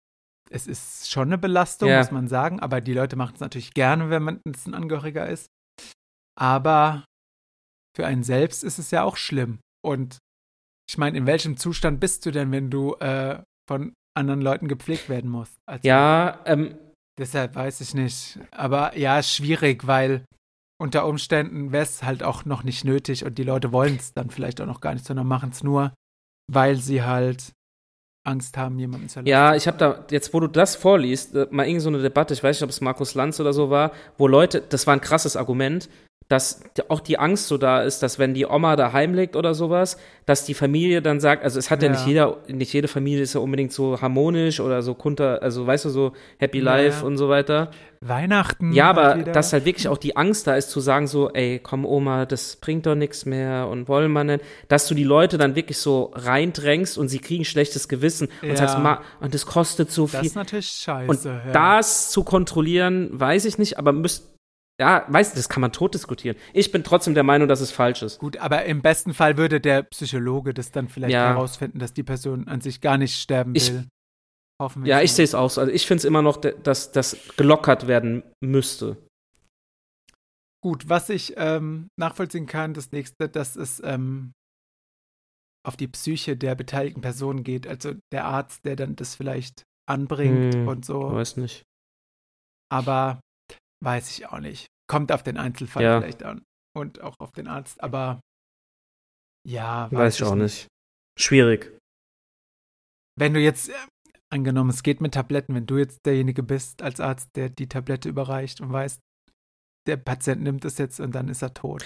A: es ist schon eine Belastung,
B: Ja.
A: muss man sagen. Aber die Leute machen es natürlich gerne, wenn man es ein Angehöriger ist. Aber für einen selbst ist es ja auch schlimm. Und ich meine, in welchem Zustand bist du denn, wenn du äh, von anderen Leuten gepflegt werden musst? Also,
B: ja, ähm,
A: Deshalb weiß ich nicht. Aber ja, ist schwierig, weil unter Umständen wäre es halt auch noch nicht nötig und die Leute wollen es dann vielleicht auch noch gar nicht, sondern machen es nur, weil sie halt Angst haben, jemanden zu
B: ja, ich habe da, jetzt wo du das vorliest, äh, mal irgend so eine Debatte, ich weiß nicht, ob es Markus Lanz oder so war, wo Leute, das war ein krasses Argument, dass d- auch die Angst so da ist, dass wenn die Oma daheim liegt oder sowas, dass die Familie dann sagt, also es hat ja,
A: Ja.
B: nicht jeder, nicht jede Familie ist ja unbedingt so harmonisch oder so kunter, also weißt du, so Happy
A: Ja,
B: Life
A: ja.
B: und so weiter.
A: Weihnachten.
B: Ja,
A: bald
B: aber
A: wieder.
B: dass halt wirklich auch die Angst da ist, zu sagen so, ey, komm Oma, das bringt doch nichts mehr und wollen wir nicht, dass du die Leute dann wirklich so reindrängst und sie kriegen schlechtes Gewissen und
A: Ja.
B: sagst, Ma, und das kostet so
A: Das
B: viel.
A: ist natürlich scheiße.
B: und
A: ja.
B: das zu kontrollieren, weiß ich nicht, aber müsst, Ja, weißt du, das kann man tot diskutieren. Ich bin trotzdem der Meinung, dass es falsch ist.
A: Gut, aber im besten Fall würde der Psychologe das dann vielleicht
B: Ja.
A: herausfinden, dass die Person an sich gar nicht sterben
B: Ich-
A: will. Hoffen wir
B: Ja,
A: es
B: ich
A: mal.
B: sehe es auch so. Also ich finde es immer noch, de- dass das gelockert werden müsste.
A: Gut, was ich ähm, nachvollziehen kann, das nächste, dass es ähm, auf die Psyche der beteiligten Person geht. Also der Arzt, der dann das vielleicht anbringt
B: Hm,
A: und so.
B: Weiß nicht.
A: Aber weiß ich auch nicht. Kommt auf den Einzelfall
B: Ja.
A: vielleicht an. Und auch auf den Arzt. Aber ja,
B: Weiß, ich auch nicht. Schwierig.
A: Wenn du jetzt, äh, angenommen, es geht mit Tabletten, wenn du jetzt derjenige bist als Arzt, der die Tablette überreicht und weißt, der Patient nimmt es jetzt und dann ist er tot.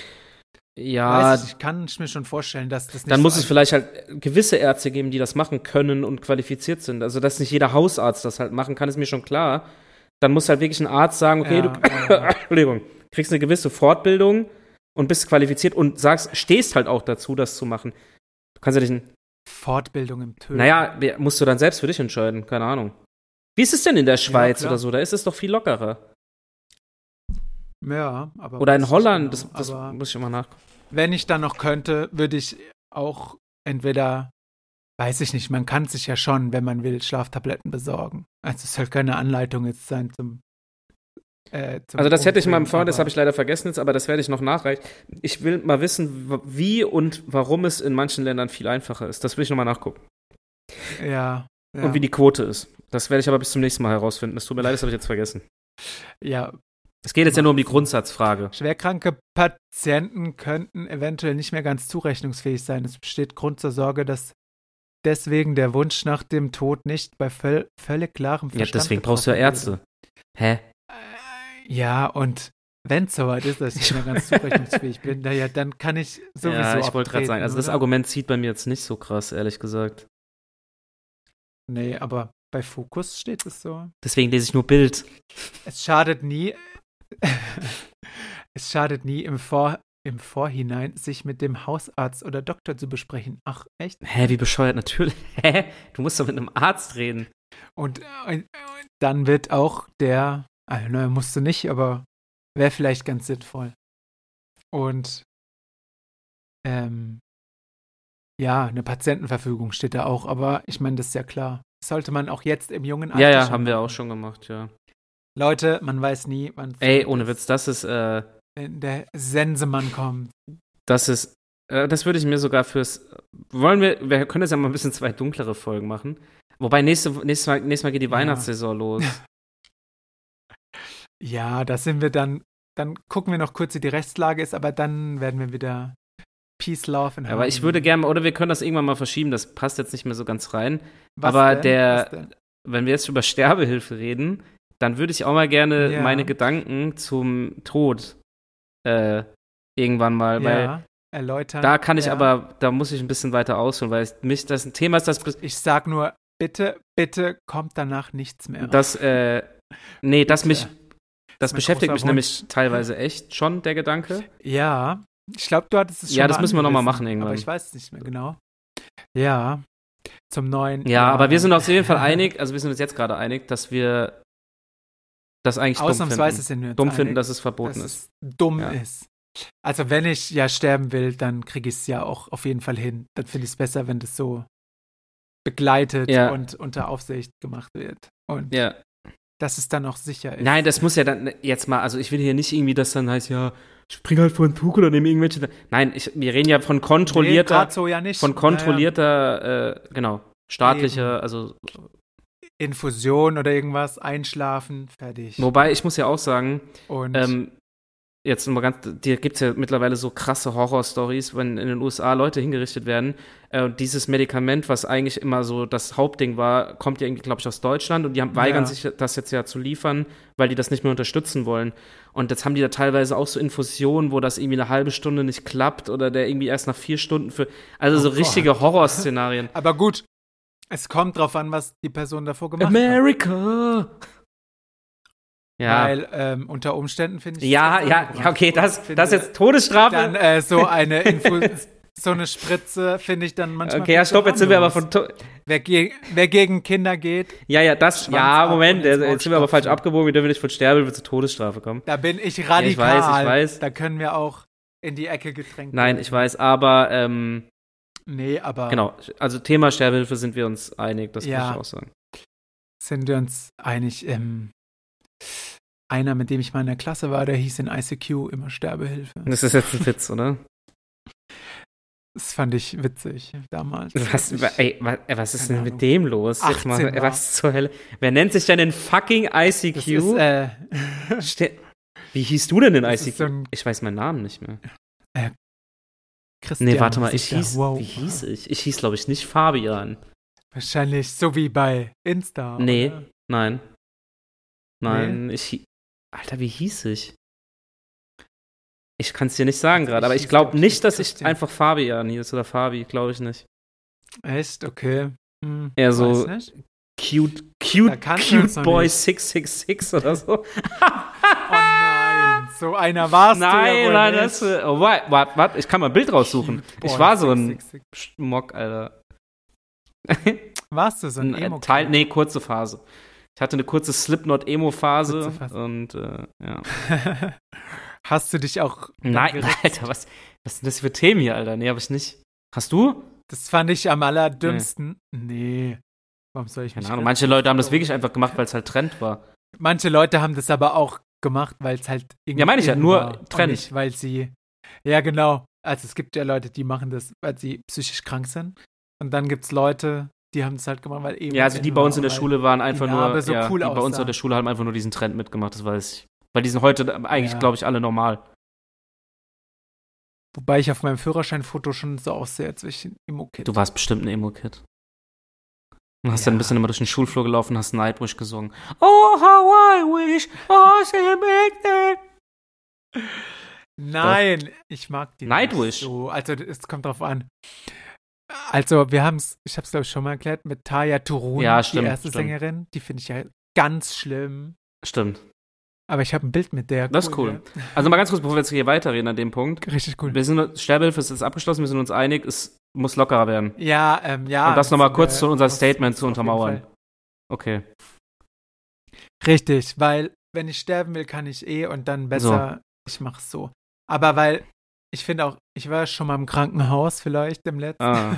B: Ja,
A: Weiß ich, ich kann mir schon vorstellen, dass das nicht
B: dann
A: so
B: muss es
A: einfach-
B: vielleicht halt gewisse Ärzte geben, die das machen können und qualifiziert sind. Also, dass nicht jeder Hausarzt das halt machen kann, ist mir schon klar. Dann muss halt wirklich ein Arzt sagen, okay, du
A: Ja, ja.
B: Entschuldigung, kriegst eine gewisse Fortbildung und bist qualifiziert und sagst, stehst halt auch dazu, das zu machen. Du kannst ja nicht, ein-
A: Fortbildung im Töten.
B: naja, wer- musst du dann selbst für dich entscheiden, keine Ahnung. Wie ist es denn in der Schweiz
A: klar.
B: oder so? Da ist es doch viel lockerer.
A: Ja, aber
B: Oder
A: weiß
B: in
A: ich
B: Holland,
A: genau.
B: das, das
A: aber
B: muss ich immer nachgucken.
A: wenn ich dann noch könnte, würde ich auch entweder, weiß ich nicht, man kann sich ja schon, wenn man will, Schlaftabletten besorgen. Also es soll keine Anleitung jetzt sein zum. äh, zum
B: Also, das hätte ich mal im
A: Umbringen,
B: Vor, das
A: aber-
B: habe ich leider vergessen jetzt, aber das werde ich noch nachreichen. Ich will mal wissen, w- wie und warum es in manchen Ländern viel einfacher ist. Das will ich nochmal nachgucken.
A: Ja. ja.
B: Und wie die Quote ist. Das werde ich aber bis zum nächsten Mal herausfinden. Es tut mir leid, das habe ich jetzt vergessen.
A: ja,
B: Es geht jetzt ja nur um die Grundsatzfrage.
A: Schwerkranke Patienten könnten eventuell nicht mehr ganz zurechnungsfähig sein. Es besteht Grund zur Sorge, dass deswegen der Wunsch nach dem Tod nicht bei völ völlig klarem
B: Ja,
A: Verstand
B: deswegen brauchst du ja
A: getroffen
B: Ärzte. Hä?
A: würde. Äh, Ja, und wenn es soweit ist, dass ich nicht mehr ganz zurechnungsfähig bin, naja, dann kann ich sowieso
B: ja, ich wollte gerade
A: abtreten,
B: sagen, also das
A: oder?
B: Argument zieht bei mir jetzt nicht so krass, ehrlich gesagt.
A: Nee, aber bei Fokus steht es so.
B: Deswegen lese ich nur Bild.
A: Es schadet nie. es schadet nie im, Vor im Vorhinein, sich mit dem Hausarzt oder Doktor zu besprechen. Ach, echt?
B: Hä, wie bescheuert, natürlich. Hä? Du musst doch mit einem Arzt reden.
A: Und, äh, und dann wird auch der, also ne, musst du nicht, aber wäre vielleicht ganz sinnvoll. Und ähm, ja, eine Patientenverfügung steht da auch, aber ich meine, das ist ja klar. Das sollte man auch jetzt im jungen Alter
B: Ja, ja,
A: schon
B: haben wir
A: machen.
B: auch schon gemacht, ja.
A: Leute, man weiß nie, wann
B: Ey, ohne Witz, das ist, äh,
A: wenn der Sensemann kommt.
B: das ist, äh, das würde ich mir sogar fürs, wollen wir, wir können jetzt ja mal ein bisschen zwei dunklere Folgen machen. Wobei, nächste, nächstes, mal, nächstes Mal geht die
A: Ja.
B: Weihnachtssaison los.
A: Ja, da sind wir dann, dann gucken wir noch kurz, wie die Rechtslage ist, aber dann werden wir wieder Peace, Love and
B: Aber ich würde gerne, oder wir können das irgendwann mal verschieben, das passt jetzt nicht mehr so ganz rein.
A: Was
B: aber
A: denn?
B: der-
A: Was denn?
B: Wenn wir jetzt über Sterbehilfe reden, dann würde ich auch mal gerne
A: Ja.
B: meine Gedanken zum Tod äh, irgendwann mal, weil
A: ja, erläutern.
B: da kann ich
A: ja.
B: aber, da muss ich ein bisschen weiter ausholen, weil ich, mich das ein Thema ist, das
A: Ich sag nur, bitte, bitte kommt danach nichts mehr.
B: Das, äh, nee, das
A: Bitte.
B: mich, das
A: mein
B: beschäftigt
A: großer
B: mich
A: Wunsch.
B: nämlich teilweise echt schon, der Gedanke.
A: ja, ich glaube, du hattest es schon
B: Ja, das
A: mal
B: müssen wir noch mal
A: angerissen,
B: machen irgendwann.
A: Aber ich weiß es nicht mehr genau. Ja, zum neuen.
B: Ja, aber wir sind uns auf jeden Fall einig, also wir sind uns jetzt gerade einig, dass wir das eigentlich dumm
A: Ausnahmsweise
B: finden.
A: sind wir uns
B: Dumm
A: einig,
B: finden, dass es verboten
A: dass
B: ist.
A: es dumm
B: Ja.
A: ist. Also wenn ich ja sterben will, dann kriege ich es ja auch auf jeden Fall hin. Dann finde ich es besser, wenn das so begleitet
B: Ja.
A: und unter Aufsicht gemacht wird. Und
B: Ja.
A: dass es dann auch sicher ist.
B: Nein, das muss ja dann jetzt mal, also ich will hier nicht irgendwie, dass dann heißt, ja, spring halt vor den Zug oder nimm irgendwelche. Nein, ich, wir reden ja von
A: Nee,
B: kontrollierter,
A: grad so ja nicht.
B: von kontrollierter, äh, genau, staatlicher,
A: Eben.
B: also
A: Naja, Infusion oder irgendwas, einschlafen, fertig.
B: wobei ich muss ja auch sagen,
A: Und
B: Ähm, jetzt nochmal ganz, dir gibt es ja mittlerweile so krasse Horror-Stories, wenn in den USA Leute hingerichtet werden. Äh, und dieses Medikament, was eigentlich immer so das Hauptding war, kommt ja irgendwie, glaube ich, aus Deutschland und die haben, weigern
A: Ja.
B: sich das jetzt ja zu liefern, weil die das nicht mehr unterstützen wollen. Und jetzt haben die da teilweise auch so Infusionen, wo das irgendwie eine halbe Stunde nicht klappt oder der irgendwie erst nach vier Stunden für. Also
A: Oh
B: so
A: Gott.
B: richtige Horrorszenarien.
A: aber gut, es kommt drauf an, was die Person davor gemacht hat.
B: America! Ja.
A: Weil ähm, unter Umständen finde ich.
B: ja,
A: das
B: ja,
A: angebracht.
B: ja, okay, das,
A: Finde
B: das ist jetzt Todesstrafe.
A: Dann äh, so eine Info so eine Spritze finde ich dann manchmal.
B: Okay, ja, stopp, jetzt sind wir aber von. To
A: Wer, ge wer gegen Kinder geht,
B: Ja, ja, das.
A: Schwanz
B: Ja,
A: ab
B: Moment,
A: und ins
B: jetzt,
A: Maul
B: jetzt sind wir aber falsch
A: stopfen.
B: abgebogen. Wir dürfen nicht von Sterbehilfe zur Todesstrafe kommen.
A: da bin ich
B: ich weiß, ich
A: radikal.
B: weiß.
A: Da können wir auch in die Ecke getränkt
B: Nein,
A: werden.
B: ich weiß, aber ähm,
A: Nee, aber
B: genau. Also Thema Sterbehilfe sind wir uns einig, das
A: Ja.
B: muss ich auch sagen.
A: sind wir uns einig. Ähm, einer, mit dem ich mal in der Klasse war, der hieß in ICQ immer Sterbehilfe.
B: Das ist jetzt ein Witz, oder?
A: Das fand ich witzig damals.
B: Was,
A: Ich-
B: ey, was, ey, was
A: Keine
B: ist denn
A: Ahnung.
B: mit dem los? Jetzt
A: 18
B: mal, ey,
A: war.
B: was zur Hölle? Wer nennt sich denn den fucking ICQ?
A: das ist, äh,
B: Ste- Wie hieß du denn in
A: Das ist
B: ICQ?
A: so ein-
B: ich weiß meinen Namen nicht mehr.
A: Christian,
B: Nee, warte mal,
A: das
B: ich
A: ist der-
B: hieß,
A: wow.
B: wie hieß ich? Ich hieß, glaube ich, nicht Fabian.
A: Wahrscheinlich so wie bei Insta.
B: Nee.
A: Oder?
B: Nein. Nein, ich hie- Alter, wie hieß ich? Ich kann es dir nicht sagen
A: Also
B: gerade,
A: ich
B: aber ich
A: hieß,
B: glaube
A: glaub ich,
B: nicht, dass ich
A: Christian.
B: einfach Fabian hieß oder Fabi, glaube ich nicht.
A: Echt? Okay. Hm,
B: Eher so-
A: weiß nicht.
B: Cute,
A: Da
B: cute,
A: kannten wir uns
B: cute
A: noch
B: Boy
A: nicht.
B: 666 oder
A: Oh
B: so.
A: nein, so einer warst du ja
B: Nein,
A: wohl
B: nein,
A: nicht.
B: das. Oh, warte, warte, warte, ich kann mal ein Bild raussuchen. Ich
A: Boah,
B: war so ein
A: sick, sick, sick.
B: Schmock, Alter.
A: Warst du so ein
B: Ein
A: emo
B: Teil, nee, kurze Phase. Ich hatte eine kurze Slipknot-Emo-Phase
A: Kurze Phase.
B: und äh, ja.
A: Hast du dich auch. dann
B: Nein,
A: geritzt?
B: Alter, was, was sind das für Themen hier, Alter? Nee, hab ich nicht. Hast du?
A: Das fand ich am allerdümmsten. Nee. Warum soll ich
B: Keine
A: mich
B: Ahnung.
A: ritzen?
B: Manche Leute haben das wirklich einfach gemacht, weil es halt Trend war.
A: Manche Leute haben das aber auch gemacht, weil es halt irgendwie.
B: Ja, meine ich ja,
A: in
B: nur
A: war. Und
B: Trend.
A: Nicht, weil sie. Ja, genau. Also es gibt ja Leute, die machen das, weil sie psychisch krank sind. Und dann gibt es Leute, die haben es halt gemacht, weil eben.
B: Ja, also die
A: in
B: bei uns in
A: war,
B: der
A: weil-
B: Schule waren einfach
A: die
B: nur.
A: Narbe so
B: ja,
A: cool
B: die bei uns
A: aussah.
B: in der Schule haben einfach nur diesen Trend mitgemacht, das weiß ich. Weil die sind heute äh, eigentlich,
A: Ja.
B: glaube ich, alle normal.
A: Wobei ich auf meinem Führerscheinfoto schon so aussehe, als wäre ich ein Emo-Kind.
B: Du warst bestimmt ein Emo-Kid. Du hast dann ein
A: Ja.
B: bisschen immer durch den Schulflur gelaufen und hast Nightwish gesungen. Oh, how I wish I could make that.
A: Nein, ich mag die
B: Nightwish.
A: Nicht so. Also es kommt drauf an. Also wir haben es, ich habe es glaube ich schon mal erklärt, mit Taya Turun,
B: Ja,
A: die
B: stimmt,
A: erste
B: stimmt.
A: Sängerin, die finde ich ja ganz schlimm.
B: Stimmt.
A: Aber ich habe ein Bild mit der.
B: Das ist cool. Also mal ganz kurz, bevor wir jetzt hier weiterreden an dem Punkt.
A: ne? Richtig cool.
B: Wir sind, Sterbehilfe ist jetzt abgeschlossen, wir sind uns einig, es muss lockerer werden.
A: Ja, ähm, ja.
B: und Ah, das nochmal kurz
A: äh,
B: zu unser
A: das-
B: Statement zu
A: auf jeden
B: untermauern.
A: Fall.
B: Okay.
A: Richtig, weil wenn ich sterben will, kann ich eh und dann besser, ich mach's so. Aber weil, ich finde auch, ich war schon mal im Krankenhaus vielleicht im letzten.
B: Ah.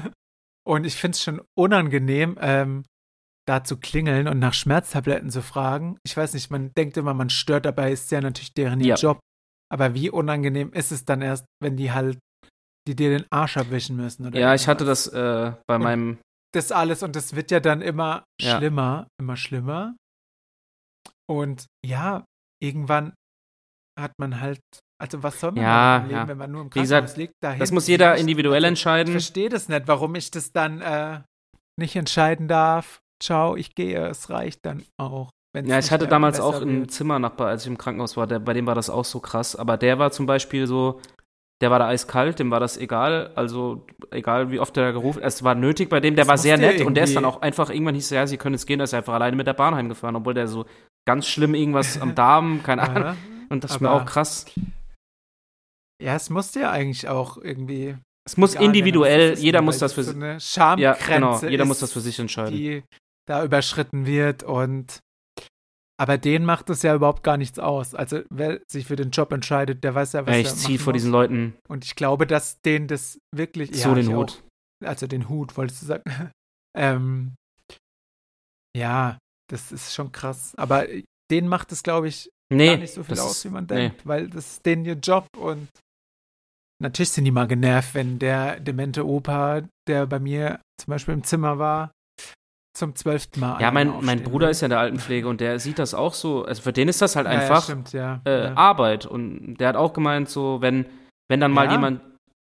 A: Und ich finde es schon unangenehm, ähm, da zu klingeln und nach Schmerztabletten zu fragen. Ich weiß nicht, man denkt immer, man stört, dabei ist ja natürlich deren ihr
B: Ja.
A: Job. Aber wie unangenehm ist es dann erst, wenn die halt, die dir den Arsch abwischen müssen? Oder
B: Ja, ich
A: irgendwas?
B: hatte das äh, bei
A: Und-
B: meinem.
A: Das alles und das wird ja dann immer
B: Ja.
A: schlimmer, immer schlimmer. Und ja, irgendwann hat man halt, also was soll man
B: Ja,
A: machen im Leben,
B: ja.
A: wenn man nur im
B: Wie gesagt,
A: Krankenhaus liegt? dahin
B: Das muss jeder
A: liegt.
B: individuell
A: Also, ich
B: entscheiden.
A: verstehe das nicht, warum ich das dann äh, nicht entscheiden darf. Ciao, ich gehe, es reicht dann auch. wenn's
B: Ja,
A: nicht
B: ich hatte
A: mehr
B: damals
A: besser
B: auch einen
A: wird.
B: Zimmernachbar, als ich im Krankenhaus war, der, bei dem war das auch so krass. Aber der war zum Beispiel so, der war da eiskalt, dem war das egal. Also, egal wie oft der gerufen es war nötig bei dem, der
A: Das
B: war sehr
A: musste
B: nett und der ist dann
A: irgendwie-
B: auch einfach irgendwann hieß, ja, sie können jetzt gehen, da ist er einfach alleine mit der Bahn heimgefahren, obwohl der so ganz schlimm irgendwas am Darm, keine Ahnung.
A: Ja.
B: Und das ist mir
A: aber-
B: auch krass.
A: ja, es musste ja eigentlich auch irgendwie.
B: Es muss
A: egal werden, aber
B: individuell,
A: es ist
B: jeder
A: nur,
B: muss
A: weil
B: das für
A: so
B: sich.
A: eine
B: Ja,
A: Schamgrenze
B: genau, jeder
A: ist,
B: muss das für sich entscheiden.
A: die da überschritten wird und aber denen macht es ja überhaupt gar nichts aus. Also wer sich für den Job entscheidet, der weiß ja, was
B: Ja,
A: er
B: ich ziehe
A: machen
B: vor
A: muss.
B: diesen Leuten
A: Und ich glaube, dass denen das wirklich
B: so
A: ja,
B: den
A: ich
B: Hut.
A: also den Hut, wolltest du sagen. ähm, ja, das ist schon krass. Aber denen macht es, glaube ich, gar
B: Nee,
A: nicht so viel
B: das
A: aus,
B: ist-
A: wie man
B: nee.
A: denkt, weil das ist denen ihr Job und natürlich sind die mal genervt, wenn der demente Opa, der bei mir zum Beispiel im Zimmer war, zum zwölften Mal.
B: ja,
A: einmal
B: mein, mein
A: aufstehen
B: Bruder
A: will.
B: ist ja in der Altenpflege und der sieht das auch so. Also für den ist das halt
A: Ja,
B: einfach
A: Ja, stimmt, ja.
B: äh,
A: ja.
B: Arbeit. Und der hat auch gemeint, so, wenn, wenn dann mal
A: Ja.
B: jemand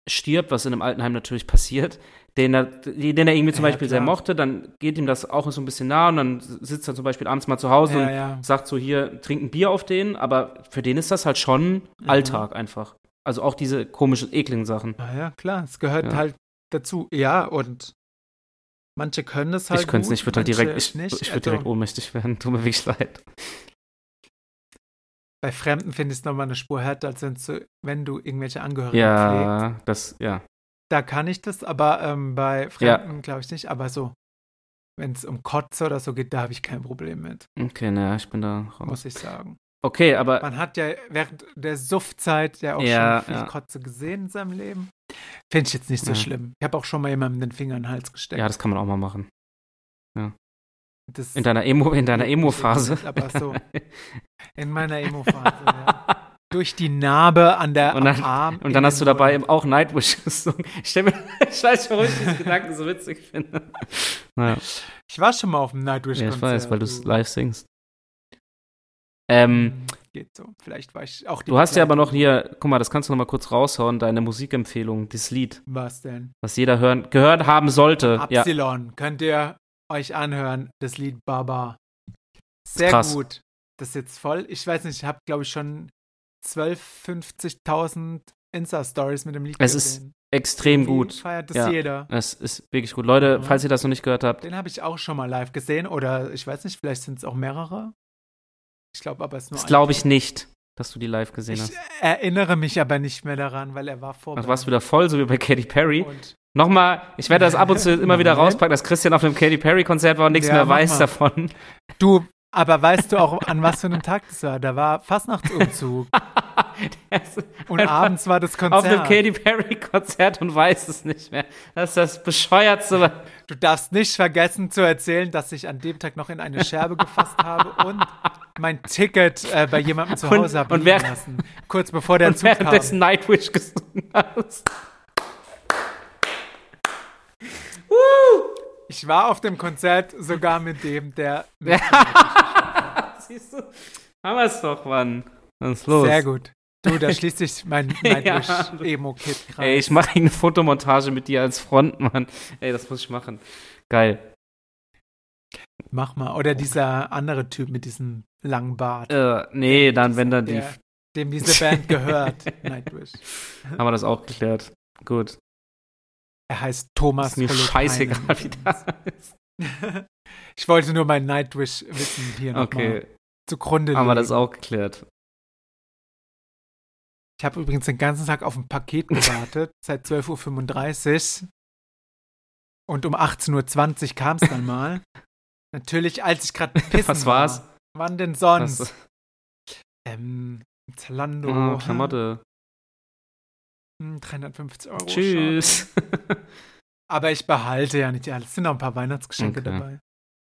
B: stirbt, was in einem Altenheim natürlich passiert, den er, den er irgendwie zum
A: Ja,
B: Beispiel sehr
A: klar.
B: mochte, dann geht ihm das auch so ein bisschen nah und dann sitzt er zum Beispiel abends mal zu Hause
A: ja,
B: und
A: ja.
B: sagt so hier, trink ein Bier auf den, aber für den ist das halt schon
A: Mhm.
B: Alltag einfach. Also auch diese komischen, ekligen Sachen.
A: Ah, ja, klar, es gehört
B: Ja.
A: halt dazu. Ja, und manche können das halt
B: ich könnte es
A: gut,
B: nicht, ich würde halt
A: manche
B: direkt, ich,
A: nicht.
B: ich
A: Also,
B: würde direkt ohnmächtig werden. Tut mir wirklich leid.
A: Bei Fremden finde ich es nochmal eine Spur härter, als wenn du, wenn du irgendwelche Angehörigen pflegst.
B: Ja, das, ja.
A: da kann ich das, aber ähm, bei Fremden glaube ich nicht. Aber so, wenn es um Kotze oder so geht, da habe ich kein Problem mit,
B: Okay, naja, ich bin da raus.
A: muss ich sagen.
B: Okay, aber
A: Man hat ja während der Suffzeit ja auch
B: Ja,
A: schon viel
B: ja.
A: Kotze gesehen in seinem Leben. Finde ich jetzt nicht so
B: Ja.
A: schlimm. Ich habe auch schon mal jemandem den Finger in den Hals gesteckt.
B: ja, das kann man auch mal machen.
A: das
B: In deiner Emo, in deiner Emo-Phase.
A: Aber so, in meiner Emo-Phase, ja. Durch die Narbe an der
B: Und dann-
A: am Arm.
B: Und dann hast du dabei
A: im
B: eben auch Nightwish gesungen. Ich stell mir, ich weiß schon, warum ich diesen Gedanken so witzig finde. Naja,
A: Ich war schon mal auf dem
B: ja,
A: Nightwish-Konzert.
B: ich weiß, weil du es
A: du-
B: live singst. Ähm,
A: Hm, Geht so. Vielleicht war ich auch die
B: du hast ja aber noch
A: Begleitung.
B: hier, guck mal, das kannst du noch mal kurz raushauen, deine Musikempfehlung, dieses Lied,
A: Was denn?
B: was jeder hören, gehört haben sollte. Ja,
A: Absilon. Könnt ihr euch anhören, das Lied Baba. Sehr
B: krass.
A: gut. Das ist jetzt voll. Ich weiß nicht, ich habe, glaube ich, schon 12, 50.000 Insta-Stories mit dem Lied
B: Es ist
A: gesehen.
B: extrem
A: Irgendwie
B: gut.
A: Feiert das
B: Ja.
A: jeder.
B: Es ist wirklich gut. Leute,
A: Mhm.
B: falls ihr das noch nicht gehört habt,
A: Den habe ich auch schon mal live gesehen. Oder ich weiß nicht, vielleicht sind es auch mehrere. Ich glaube aber, es ist nur
B: das
A: ein.
B: glaube ich nicht, dass du die live gesehen
A: Ich
B: hast.
A: erinnere mich aber nicht mehr daran, weil er war vor.
B: Ach, warst du wieder voll, so wie bei Katy Perry.
A: Und
B: Nochmal, ich werde das ab und zu immer wieder
A: Nein.
B: rauspacken, dass Christian auf einem Katy Perry-Konzert war und nichts
A: Ja,
B: mehr
A: mach
B: weiß
A: mal.
B: davon.
A: du, aber weißt du auch, an was für einem Tag das war? Da war Fastnachtsumzug
B: Das ist
A: und
B: einfach
A: abends war das
B: auf einem
A: Konzert.
B: Katy Perry-Konzert und weiß es nicht mehr. Das ist das Bescheuertste. was-
A: Du darfst nicht vergessen zu erzählen, dass ich an dem Tag noch in eine Scherbe gefasst habe und mein Ticket äh, bei jemandem zu
B: Und-
A: Hause habe
B: und
A: liegen
B: wer-
A: lassen. Kurz bevor der
B: Und
A: Zug kam.
B: währenddessen Nightwish gesungen hast.
A: Ich war auf dem Konzert sogar mit dem, der
B: Siehst du? Haben wir es doch, Mann. Was ist los?
A: Sehr gut. Du, da schließt sich mein, mein
B: Ja.
A: Emo-Kit krass.
B: Ey, ich mache eine Fotomontage mit dir als Frontmann. Ey, das muss ich machen. Geil.
A: Mach mal. Oder dieser andere Typ mit diesem langen Bart.
B: Äh, nee, dann, wenn dann die.
A: Der, dem diese Band gehört, Nightwish.
B: Haben wir das auch geklärt. Gut.
A: Er heißt Thomas
B: ist mir
A: Holocainen.
B: scheißegal, wie das ist.
A: Ich wollte nur mein Nightwish-Wissen hier nochmal
B: Okay,
A: zugrunde
B: haben wir
A: legen.
B: das auch geklärt.
A: Ich habe übrigens den ganzen Tag auf ein Paket gewartet, seit 12.35 Uhr. Und um 18.20 Uhr kam es dann mal. Natürlich, als ich gerade pissen
B: Was war's?
A: War. Wann denn
B: Was-
A: sonst? Ähm, Zalando.
B: Ah, Klamotte.
A: Hm, 350 Euro. schade.
B: Tschüss.
A: Aber ich behalte ja nicht alles. Es sind noch ein paar Weihnachtsgeschenke
B: Okay.
A: dabei.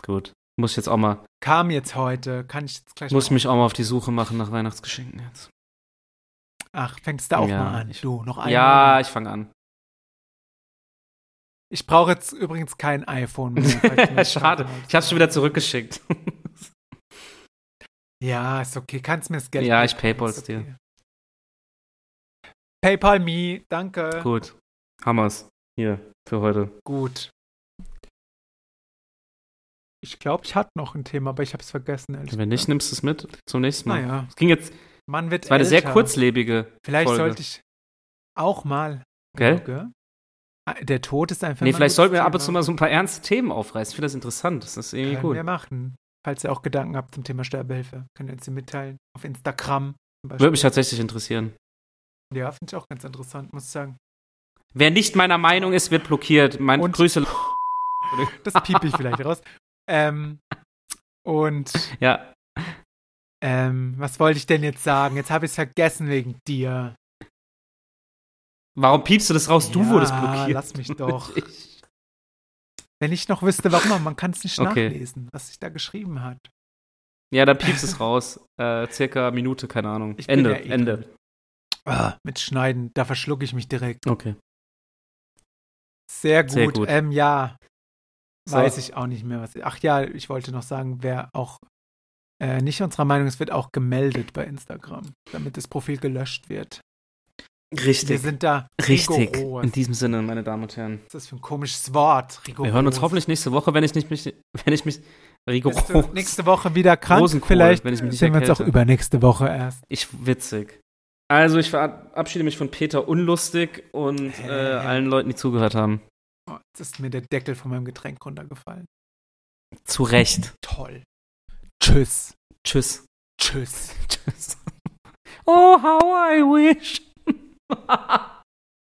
B: Gut. Muss ich jetzt auch mal,
A: Kam jetzt heute. Kann ich jetzt gleich
B: muss ich
A: mal
B: mich auch mal auf die Suche machen nach Weihnachtsgeschenken jetzt.
A: Ach, fängst du auch
B: Ja,
A: mal an. Du, noch ein.
B: Ja, ich fange an.
A: Ich brauche jetzt übrigens kein iPhone mehr. falls du mir das
B: Schade.
A: sagen
B: Ich hab's schon wieder zurückgeschickt.
A: Ja, ist okay. Kannst mir das Geld
B: Ja, ich
A: geben,
B: Paypal's
A: ist
B: dir.
A: Paypal me, danke. Gut.
B: Gut. Hammers. Hier, für heute.
A: Ich glaube, ich hatte noch ein Thema, aber ich habe es vergessen. ehrlich
B: Wenn nicht,
A: gesagt.
B: nimmst du es mit zum nächsten Mal.
A: Naja,
B: Ah, Es ging jetzt,
A: man wird
B: es war eine sehr
A: älter.
B: kurzlebige
A: Vielleicht
B: Folge.
A: sollte ich auch mal.
B: Gell?
A: Gell? Ah, Der Tod ist einfach.
B: Nee,
A: mal ein
B: vielleicht sollten wir
A: gutes
B: ab und zu
A: Thema.
B: mal so ein paar ernste Themen aufreißen. Ich finde das interessant. Das ist irgendwie
A: Können
B: gut.
A: wir machen. Falls ihr auch Gedanken habt zum Thema Sterbehilfe, könnt ihr uns die mitteilen. Auf Instagram. zum Beispiel.
B: Würde mich tatsächlich interessieren.
A: Ja, finde ich auch ganz interessant, muss ich sagen.
B: Wer nicht meiner Meinung ist, wird blockiert. Mein
A: Und-
B: Grüße.
A: Das piep ich vielleicht raus. Ähm, und
B: Ja.
A: ähm, was wollte ich denn jetzt sagen? Jetzt habe ich es vergessen wegen dir.
B: Warum piepst du das raus? Du
A: Ja,
B: wurdest blockiert.
A: lass mich doch. Wenn ich noch wüsste, warum, aber man kann es nicht
B: Okay.
A: nachlesen, was ich da geschrieben hat.
B: Ja, dann piepst es raus. Äh, circa Minute, keine Ahnung.
A: Ich bin
B: Ende,
A: ja eh
B: Ende.
A: Ah, mit Schneiden, da verschlucke ich mich direkt.
B: Okay.
A: Sehr gut.
B: Sehr gut.
A: Ähm, ja.
B: So.
A: Weiß ich auch nicht mehr, was. Ach ja, ich wollte noch sagen, wer auch äh, nicht unserer Meinung ist, wird auch gemeldet bei Instagram, damit das Profil gelöscht wird. Wir
B: Richtig.
A: sind da
B: Richtig.
A: rigoros.
B: In diesem Sinne, meine Damen und Herren.
A: Was ist das für ein komisches Wort? Rigoros.
B: Wir hören uns hoffentlich nächste Woche, wenn ich nicht mich, wenn ich mich
A: Bist
B: rigoros.
A: du nächste Woche wieder krank.
B: Rosenkohl,
A: Vielleicht
B: wenn ich mich nicht
A: sehen wir uns auch
B: erkälte.
A: übernächste Woche erst.
B: Ich witzig. Also ich verabschiede mich von Peter unlustig und äh,
A: Hä?
B: allen Leuten, die zugehört haben.
A: Oh, jetzt ist mir der Deckel von meinem Getränk runtergefallen.
B: Zu Recht.
A: Toll. Tschüss.
B: Tschüss.
A: Tschüss.
B: Tschüss. Oh, how I wish.